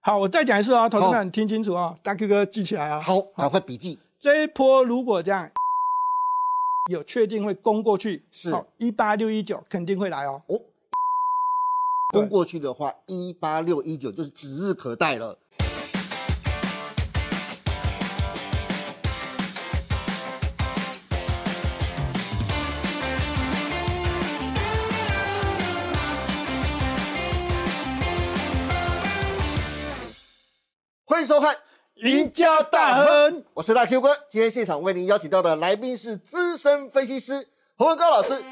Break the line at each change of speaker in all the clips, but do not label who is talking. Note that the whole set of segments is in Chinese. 好，我再讲一次啊、哦，投资们听清楚啊、哦，大 Q 哥记起来啊、哦。
好，赶快笔记。
这一波如果这样，有确定会攻过去，
是
好一八六一九肯定会来哦。
哦，攻过去的话，一八六一九就是指日可待了。欢迎收看《
赢家大亨》，
我是大 Q 哥。今天现场为您邀请到的来宾是资深分析师洪文高老师。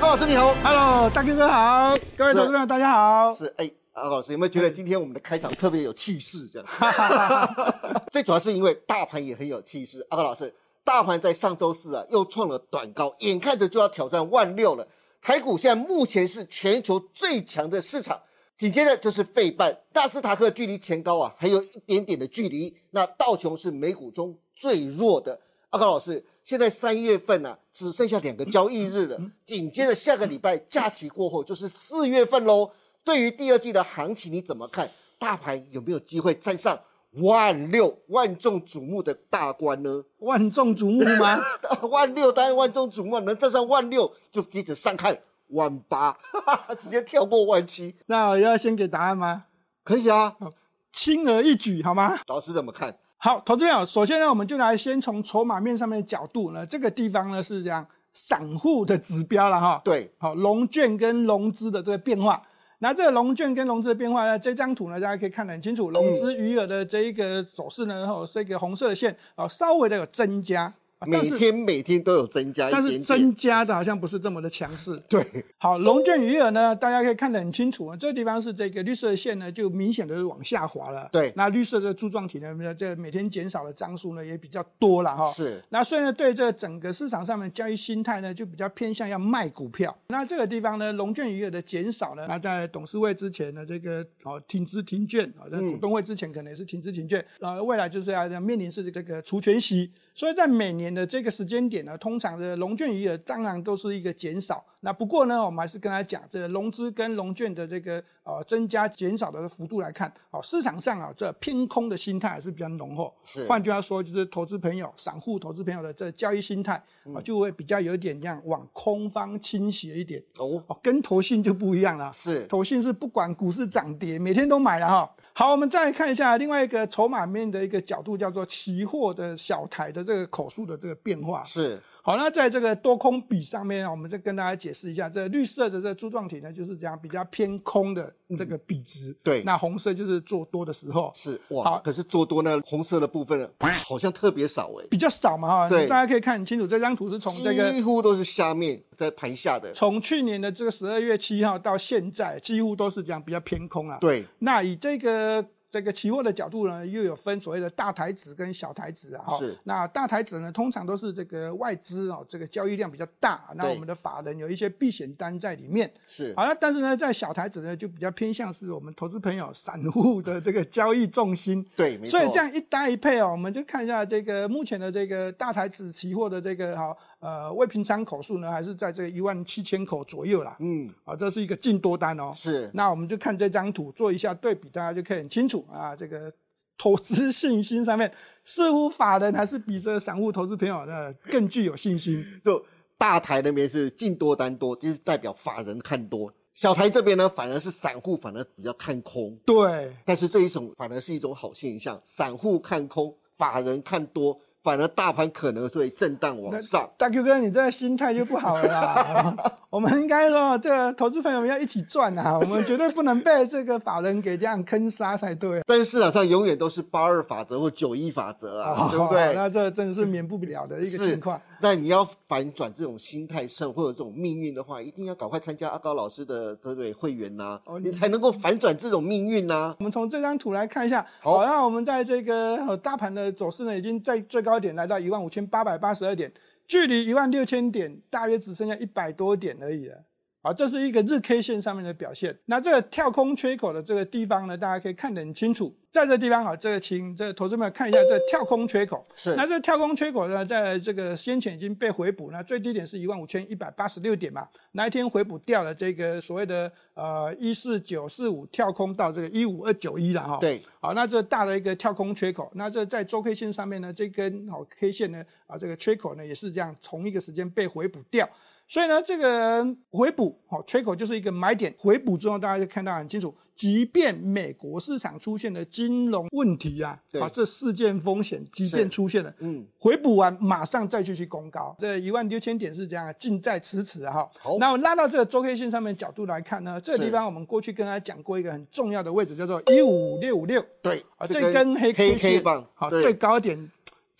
高老师你好
，Hello，大 Q 哥好，各位投资者大家好。
是哎，阿、啊、老师有没有觉得今天我们的开场特别有气势？这样， 最主要是因为大盘也很有气势。阿、啊、高老师，大盘在上周四啊又创了短高，眼看着就要挑战万六了。台股现在目前是全球最强的市场，紧接着就是费半、纳斯达克距离前高啊还有一点点的距离。那道琼是美股中最弱的。阿高老师，现在三月份啊只剩下两个交易日了，紧接着下个礼拜假期过后就是四月份喽。对于第二季的行情你怎么看？大盘有没有机会站上万六万众瞩目的大关呢？
万众瞩目吗？
万六当然万众瞩目，能站上万六就接着上看万八， 直接跳过万七。
那我要先给答案吗？
可以啊，
嗯轻而易举，好吗？
老师怎么看？
好，投资友，首先呢，我们就来先从筹码面上面的角度呢，这个地方呢是这样，散户的指标了哈。
对，
好，融券跟融资的这个变化。那这个融券跟融资的变化呢？这张图呢，大家可以看得很清楚，融资余额的这一个走势呢，然后是一个红色的线，哦，稍微的有增加，
每天每天都有增加
啊
一
但
点
是
点，
增加的好像不是这么的强势。
对，
好，融券余额呢，大家可以看得很清楚啊，这个地方是这个绿色的线呢，就明显的往下滑了。
对
那绿色的柱状体呢，这每天减少的张数呢也比较多了哈。
是
那所以呢，对这整个市场上面交易心态呢，就比较偏向要卖股票。那这个地方呢，融券余额的减少呢，那在董事会之前呢，这个哦停资停券啊，在股东会之前可能也是停资停券，呃，未来就是要面临是这个除权息。所以在每年的这个时间点呢，通常的融券余额当然都是一个减少。那不过呢，我们还是跟他讲，这个融资跟融券的这个呃增加减少的幅度来看，哦，市场上啊这偏空的心态还是比较浓厚。
是
换句话说，就是投资朋友、散户投资朋友的这交易心态
嗯
啊，就会比较有一点这样往空方倾斜一点。
哦，
哦，跟投信就不一样了。
是
投信是不管股市涨跌，每天都买了哈。好，我们再看一下另外一个筹码面的一个角度，叫做期货的小台的这个口数的这个变化。
是
好，那在这个多空比上面啊，我们再跟大家解释一下，这绿色的这柱状体呢，就是这样比较偏空的这个比值。
嗯对
那红色就是做多的时候。
是哇，
好
可是做多呢，红色的部分呢好像特别少哎、
比较少嘛哈，
对
大家可以看很清楚，这张图是从这个
几乎都是下面在盘下的，
从去年的这个十二月七号到现在，几乎都是这样比较偏空啊。
对，
那以这个这个期货的角度呢，又有分所谓的大台子跟小台子啊。哈
是
那大台子呢，通常都是这个外资哦，这个交易量比较大，那
对
我们的法人有一些避险单在里面。
是
好了，但是呢，在小台子呢，就比较偏向是我们投资朋友、散户的这个交易重心。
对，没错，
所以这样一搭一配哦，我们就看一下这个目前的这个大台子期货的这个哈呃未平仓口数呢，还是在这个一万七千口左右啦。
嗯
啊，这是一个净多单哦。
是
那我们就看这张图做一下对比，大家就可以很清楚啊，这个投资信心上面，似乎法人还是比这散户投资朋友呢更具有信心。
就大台那边是进多单多，就是代表法人看多；小台这边呢，反而是散户反而比较看空。
对，
但是这一种反而是一种好现象，散户看空，法人看多，反而大盘可能会震荡往上。
大 Q 哥，你这个心态就不好了 啦。我们应该说，这个投资朋友们要一起赚啊，我们绝对不能被这个法人给这样坑杀才对。啊
但是市场上永远都是八二法则或九一法则啊，对不 对？
哦那这真的是免不了的一个
是
情况。，
那你要反转这种心态上或者这种命运的话，一定要赶快参加阿高老师的对不对会员呐、
哦
你才能够反转这种命运呐、
我们从这张图来看一下，
好
好，那我们在这个呃大盘的走势呢，已经在最高点来到一万五千八百八十二点，距离一万六千点大约只剩下一百多点而已了。好，这是一个日 K 线上面的表现。那这个跳空缺口的这个地方呢，大家可以看得很清楚，在这地方好，这个请这个投资朋友看一下这个跳空缺口。
是
那这个跳空缺口呢，在这个先前已经被回补，那最低点是一万五千一百八十六点嘛，那一天回补掉了这个所谓的呃一四九四五跳空到这个一五二九一了哈。
对，
好，那这大的一个跳空缺口，那这在周 K 线上面呢，这根好 K 线呢啊这个缺口呢也是这样，同一个时间被回补掉。所以呢，这个回补好、哦、缺口就是一个买点，回补之后大家就看到很清楚，即便美国市场出现了金融问题啊，
对
好、这事件风险即便出现了，
嗯，
回补完马上再去去攻高，这一万六千点是这样啊，近在咫尺啊哈。
好
那我拉到这个周 K 线上面角度来看呢，这个地方我们过去跟大家讲过一个很重要的位置，叫做一五六五六
对
啊，这根黑 K
黑
线
棒，
好
对
最高点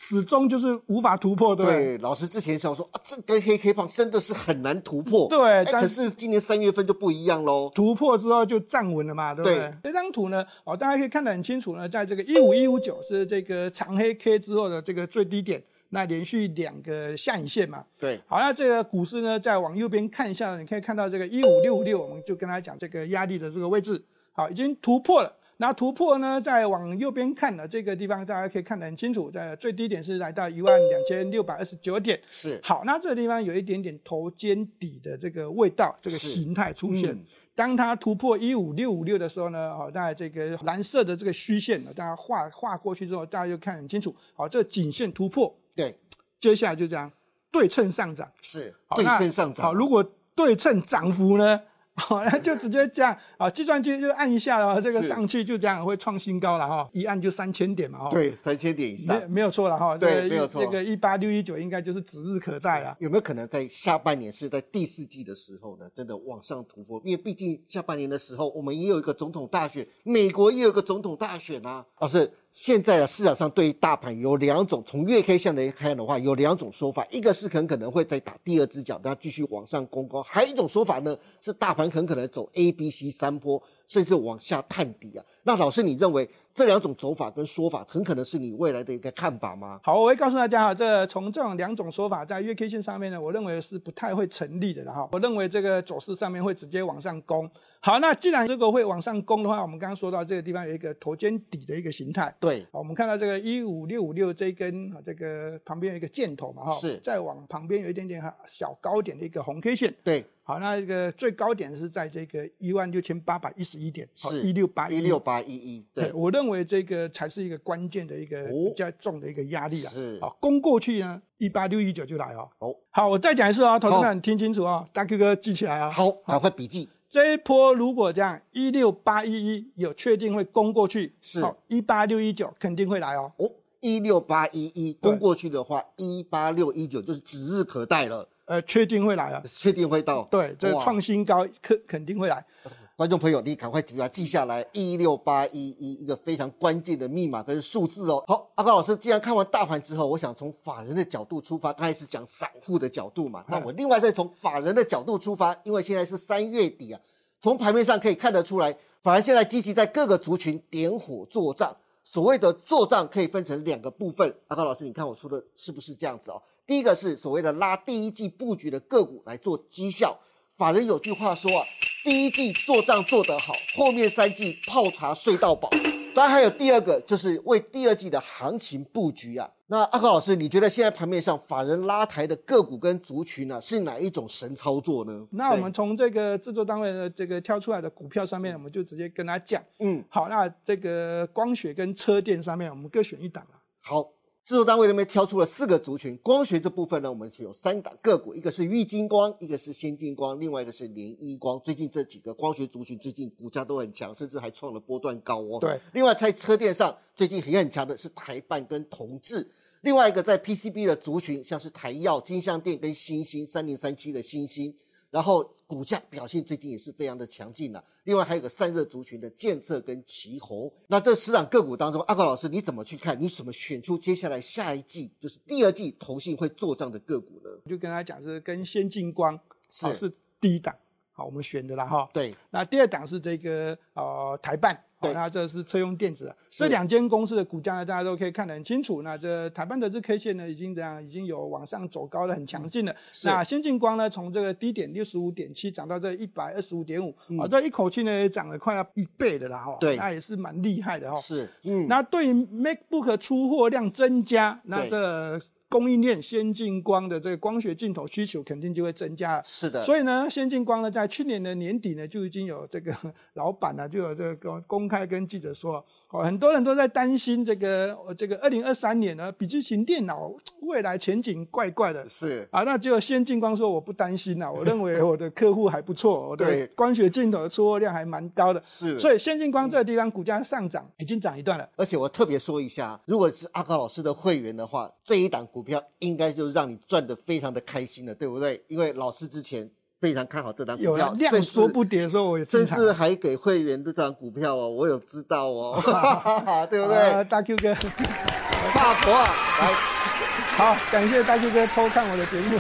始终就是无法突破，对不对？
对，老师之前想说啊，这根黑 K 棒真的是很难突破。
嗯对
哎
但
可是今年三月份就不一样喽。
突破之后就站稳了嘛，对不对
对？
这张图呢，哦，大家可以看得很清楚呢，在这个一五一五九是这个长黑 K 之后的这个最低点，那连续两个下影线嘛。
对，
好，那这个股市呢，再往右边看一下，你可以看到这个一五六六，我们就跟他讲这个压力的这个位置，好，已经突破了。那突破呢，再往右边看呢，这个地方大家可以看得很清楚，在最低点是来到一万两千六百二十九点，
是
好，那这个地方有一点点头肩底的这个味道，这个
是
形态出现。
嗯
当它突破一五六五六的时候呢，哦，大家这个蓝色的这个虚线呢，大家画画过去之后，大家就看很清楚，好、这个颈线突破，
对，
接下来就这样对称上涨，
是
好
对
那
称上涨。
好，如果对称涨幅呢？ 好，那就直接这样啊，计算机就按一下了，这个
是
上去就这样会创新高了哦哈，一按就三千点嘛哈。
对三千点以上
没，没有错了哈，
对
这个
没有错
这个一八六一九应该就是指日可待了。
啊有没有可能在下半年是在第四季的时候呢，真的往上突破？因为毕竟下半年的时候，我们也有一个总统大选，美国也有一个总统大选啊。老师，现在啊市场上对于大盘有两种，从月 K 线来看的话，有两种说法，一个是很可能会再打第二只脚，那继续往上攻高；还有一种说法呢，是大盘很可能走 A、B、C 三波，甚至往下探底啊。那老师，你认为这两种走法跟说法，很可能是你未来的一个看法吗？
好，我会告诉大家哈，这从这种两种说法在月 K 线上面呢，我认为是不太会成立的了哈。我认为这个走势上面会直接往上攻。好，那既然这个会往上攻的话，我们刚刚说到这个地方有一个头肩底的一个形态。
对，
好，我们看到这个一五六五六这一根啊，这个旁边有一个箭头嘛哈，
是
再往旁边有一点点小高点的一个红 K 线。
对，
好，那这个最高点是在这个一万六千八百一十一点，
是
一六八
一六八一一，对
对，。我认为这个才是一个关键的一个
哦
比较重的一个压力啊。
是
好，攻过去呢，一八六一九就来哦。
好
好，我再讲一次哦，投资
好
们你听清楚哦，大 Q 哥记起来啊。
好，赶快笔记。
这一波如果这样一六八一一有确定会攻过去，
是
好一八六一九肯定会来哦。
哦，一六八一一攻过去的话，一八六一九就是指日可待了，
呃，确定会来啊。
确定会到。
对，这
哇
创新高肯肯定会来。
观众朋友，你赶快把它记下来，一六八一一一个非常关键的密码跟数字哦。好，阿高老师，既然看完大盘之后，我想从法人的角度出发，刚开始讲散户的角度嘛，那我另外再从法人的角度出发，因为现在是三月底啊，从盘面上可以看得出来，法人现在积极在各个族群点火做账。所谓的做账可以分成两个部分，阿高老师，你看我说的是不是这样子哦？第一个是所谓的拉第一季布局的个股来做绩效，法人有句话说啊，第一季做账做得好，后面三季泡茶睡到饱。当然还有第二个，就是为第二季的行情布局啊。那阿高老师，你觉得现在盘面上法人拉抬的个股跟族群啊，是哪一种神操作呢？
那我们从这个制作单位的这个挑出来的股票上面，我们就直接跟他讲。
对嗯，
好，那这个光学跟车电上面，我们各选一档啊。
好，制作单位那边挑出了四个族群，光学这部分呢，我们是有三档个股，一个是玉金光，一个是先进光，另外一个是联一光。最近这几个光学族群最近股价都很强，甚至还创了波段高哦。
对，
另外在车电上最近也很强的是台办跟同志。另外一个在 PCB 的族群，像是台药、金相电跟星星三零三七的星星，然后股价表现最近也是非常的强劲了、另外还有个散热族群的建策跟旗宏。那这十档个股当中，阿高老师你怎么去看？你怎么选出接下来下一季就是第二季投信会做账的个股呢？
我就跟他讲是跟先进光哦
是
好是第一档，好我们选的啦哈。
对，
那第二档是这个呃台办，好、
对
那这是车用电子啊，这两间公司的股价呢，大家都可以看得很清楚。那这台半德这 K 线呢，已经这样已经有往上走高的很强劲了。
嗯是
那先进光呢，从这个低点六十五点七涨到这一百二十五点五，啊，这一口气呢也涨了快要一倍的啦哈。
嗯对
那也是蛮厉害的哈。
是，嗯，
那对于 MacBook 出货量增加，那
对
这供应链先进光的这个光学镜头需求肯定就会增加了。
是的，
所以呢，先进光呢，在去年的年底呢，就已经有这个 老板呢、就有这个公公开跟记者说，哦，很多人都在担心这个呃这个二零二三年呢，笔记型电脑未来前景怪怪的。
是
啊，那只有先进光说我不担心啦，我认为我的客户还不错，我
对
的光学镜头的出货量还蛮高的，
是，
所以先进光这个地方股价上涨已经涨一段了。
而且我特别说一下，如果是阿高老师的会员的话，这一档股票应该就让你赚得非常的开心了，对不对？因为老师之前非常看好这档股
有
票，
了量
甚
缩
至
不跌的时候，我也
甚
进场
至还给会员这张股票哦，我有知道 哦，对不对？
啊大 Q 哥，
大伯啊，来，
好，感谢大 Q 哥偷看我的节目。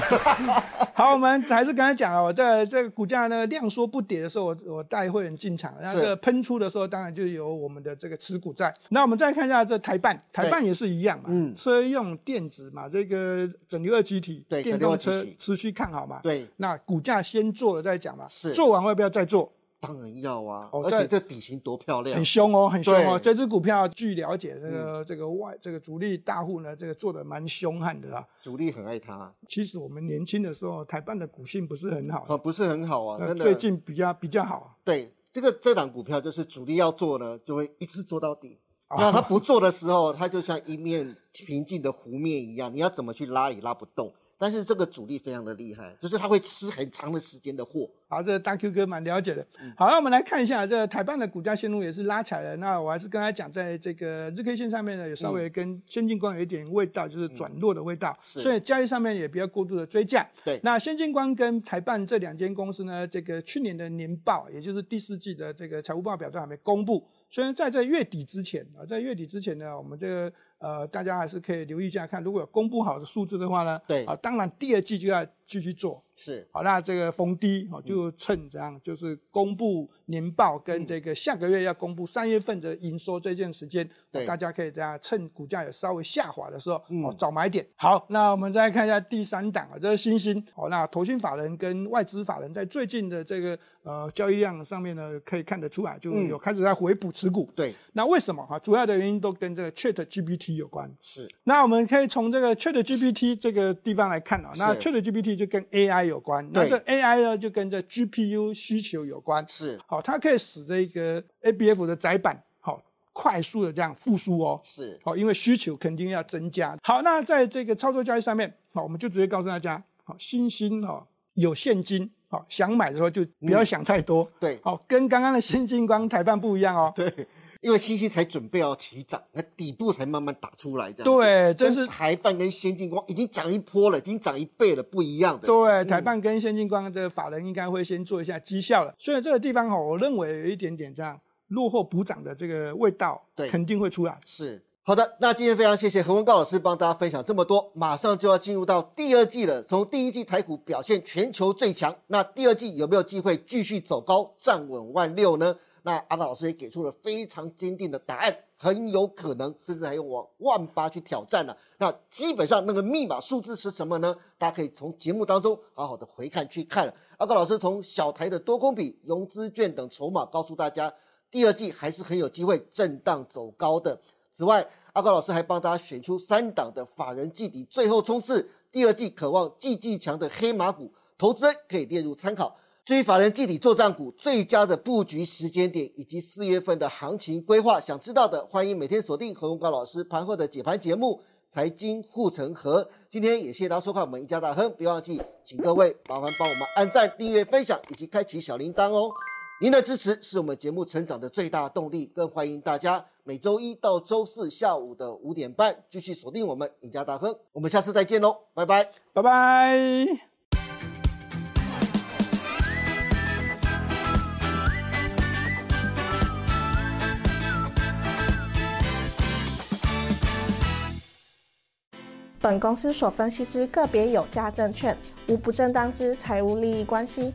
好，我们还是刚才讲了，我在这个股价呢量缩不跌的时候，我我带会员进场，那
是
这个喷出的时候，当然就有我们的这个持股在。那我们再看一下这台办，台办也是一样嘛，
嗯
车用电子嘛，这个整流二极体，
对
电
整流
动
二极
车
体
持续看好嘛。
对，
那股价先做了再讲嘛，
是
做完会不要再做？
当然要啊，
哦
而
在
且这底型多漂亮
很，凶哦，很凶哦。
对嗯
这只股票据了解，这个、这个外这个主力大户呢，这个做的蛮凶悍的啊。
主力很爱它，
其实我们年轻的时候，台办的股性不是很好，
啊，不是很好啊，
呃
真的。
最近比较比较好。
对这个这档股票，就是主力要做呢，就会一直做到底。
哦
那他不做的时候，它就像一面平静的湖面一样，你要怎么去拉也拉不动。但是这个主力非常的厉害，就是他会吃很长的时间的货。
好，这个大 Q 哥蛮了解的。
嗯
好，那我们来看一下这个台办的股价线路也是拉起来了。那我还是跟他讲，在这个日 K 线上面呢，也稍微跟先进光有一点味道，就是转弱的味道，
嗯是
所以交易上面也不要过度的追价。
对
那先进光跟台办这两间公司呢，这个去年的年报，也就是第四季的这个财务报表都还没公布。虽然在这月底之前啊，在月底之前呢，我们这个呃，大家还是可以留意一下看，如果有公布好的数字的话呢，
对
啊，当然第二季就要继续做，
是
好，那这个逢低哦，
嗯
就趁这样，就是公布年报跟这个下个月要公布三月份的营收这件时间，
对
哦大家可以这样趁股价有稍微下滑的时候，
嗯
哦，找买点。好，那我们再看一下第三档啊，这是新兴哦。那投信法人跟外资法人在最近的这个呃交易量上面呢，可以看得出来，就
嗯
有开始在回补持股。
对，
那为什么哈？主要的原因都跟这个 Chat GPT 有关。
是
那我们可以从这个 Chat GPT 这个地方来看啊、那
是
Chat GPT 就跟 AI 有关，那
对
这 AI 呢就跟这 GPU 需求有关。
是
好、它可以使这个 ABF 的载板好、快速的这样复苏哦。
是，
好、因为需求肯定要增加。好，那在这个操作交易上面，好、我们就直接告诉大家，好、新兴哦有现金，好、想买的时候就不要想太多。
嗯对
好、跟刚刚的先进光台办不一样哦。
对，因为星星才准备要起涨，那底部才慢慢打出来这样子。
对这
跟
是
台办跟先进光已经涨一波了，已经涨一倍了，不一样的。
对，台办跟先进光这个法人应该会先做一下绩效了，所以这个地方哈、我认为有一点点这样落后补涨的这个味道，
对
肯定会出来。
是。好的，那今天非常谢谢何文高老师帮大家分享这么多，马上就要进入到第二季了。从第一季台股表现全球最强，那第二季有没有机会继续走高，站稳万六呢？那阿高老师也给出了非常坚定的答案，很有可能甚至还有往万八去挑战呢、那基本上那个密码数字是什么呢？大家可以从节目当中好好的回看去看。阿高老师从小台的多空比、融资券等筹码告诉大家，第二季还是很有机会震荡走高的。此外，阿高老师还帮大家选出三档的法人季底最后冲刺，第二季渴望季季强的黑马股，投资人可以列入参考。至于法人季底作战股最佳的布局时间点以及四月份的行情规划，想知道的欢迎每天锁定何文高老师盘后的解盘节目《财经护城河》。今天也谢谢大家收看我们一家大亨，别忘记请各位麻烦帮我们按赞、订阅、分享以及开启小铃铛哦。您的支持是我们节目成长的最大动力，更欢迎大家每周一到周四下午的五点半继续锁定我们赢家大亨。我们下次再见喽，拜拜。
拜拜。
本公司所分析之个别有价证券，无不正当之财务利益关系。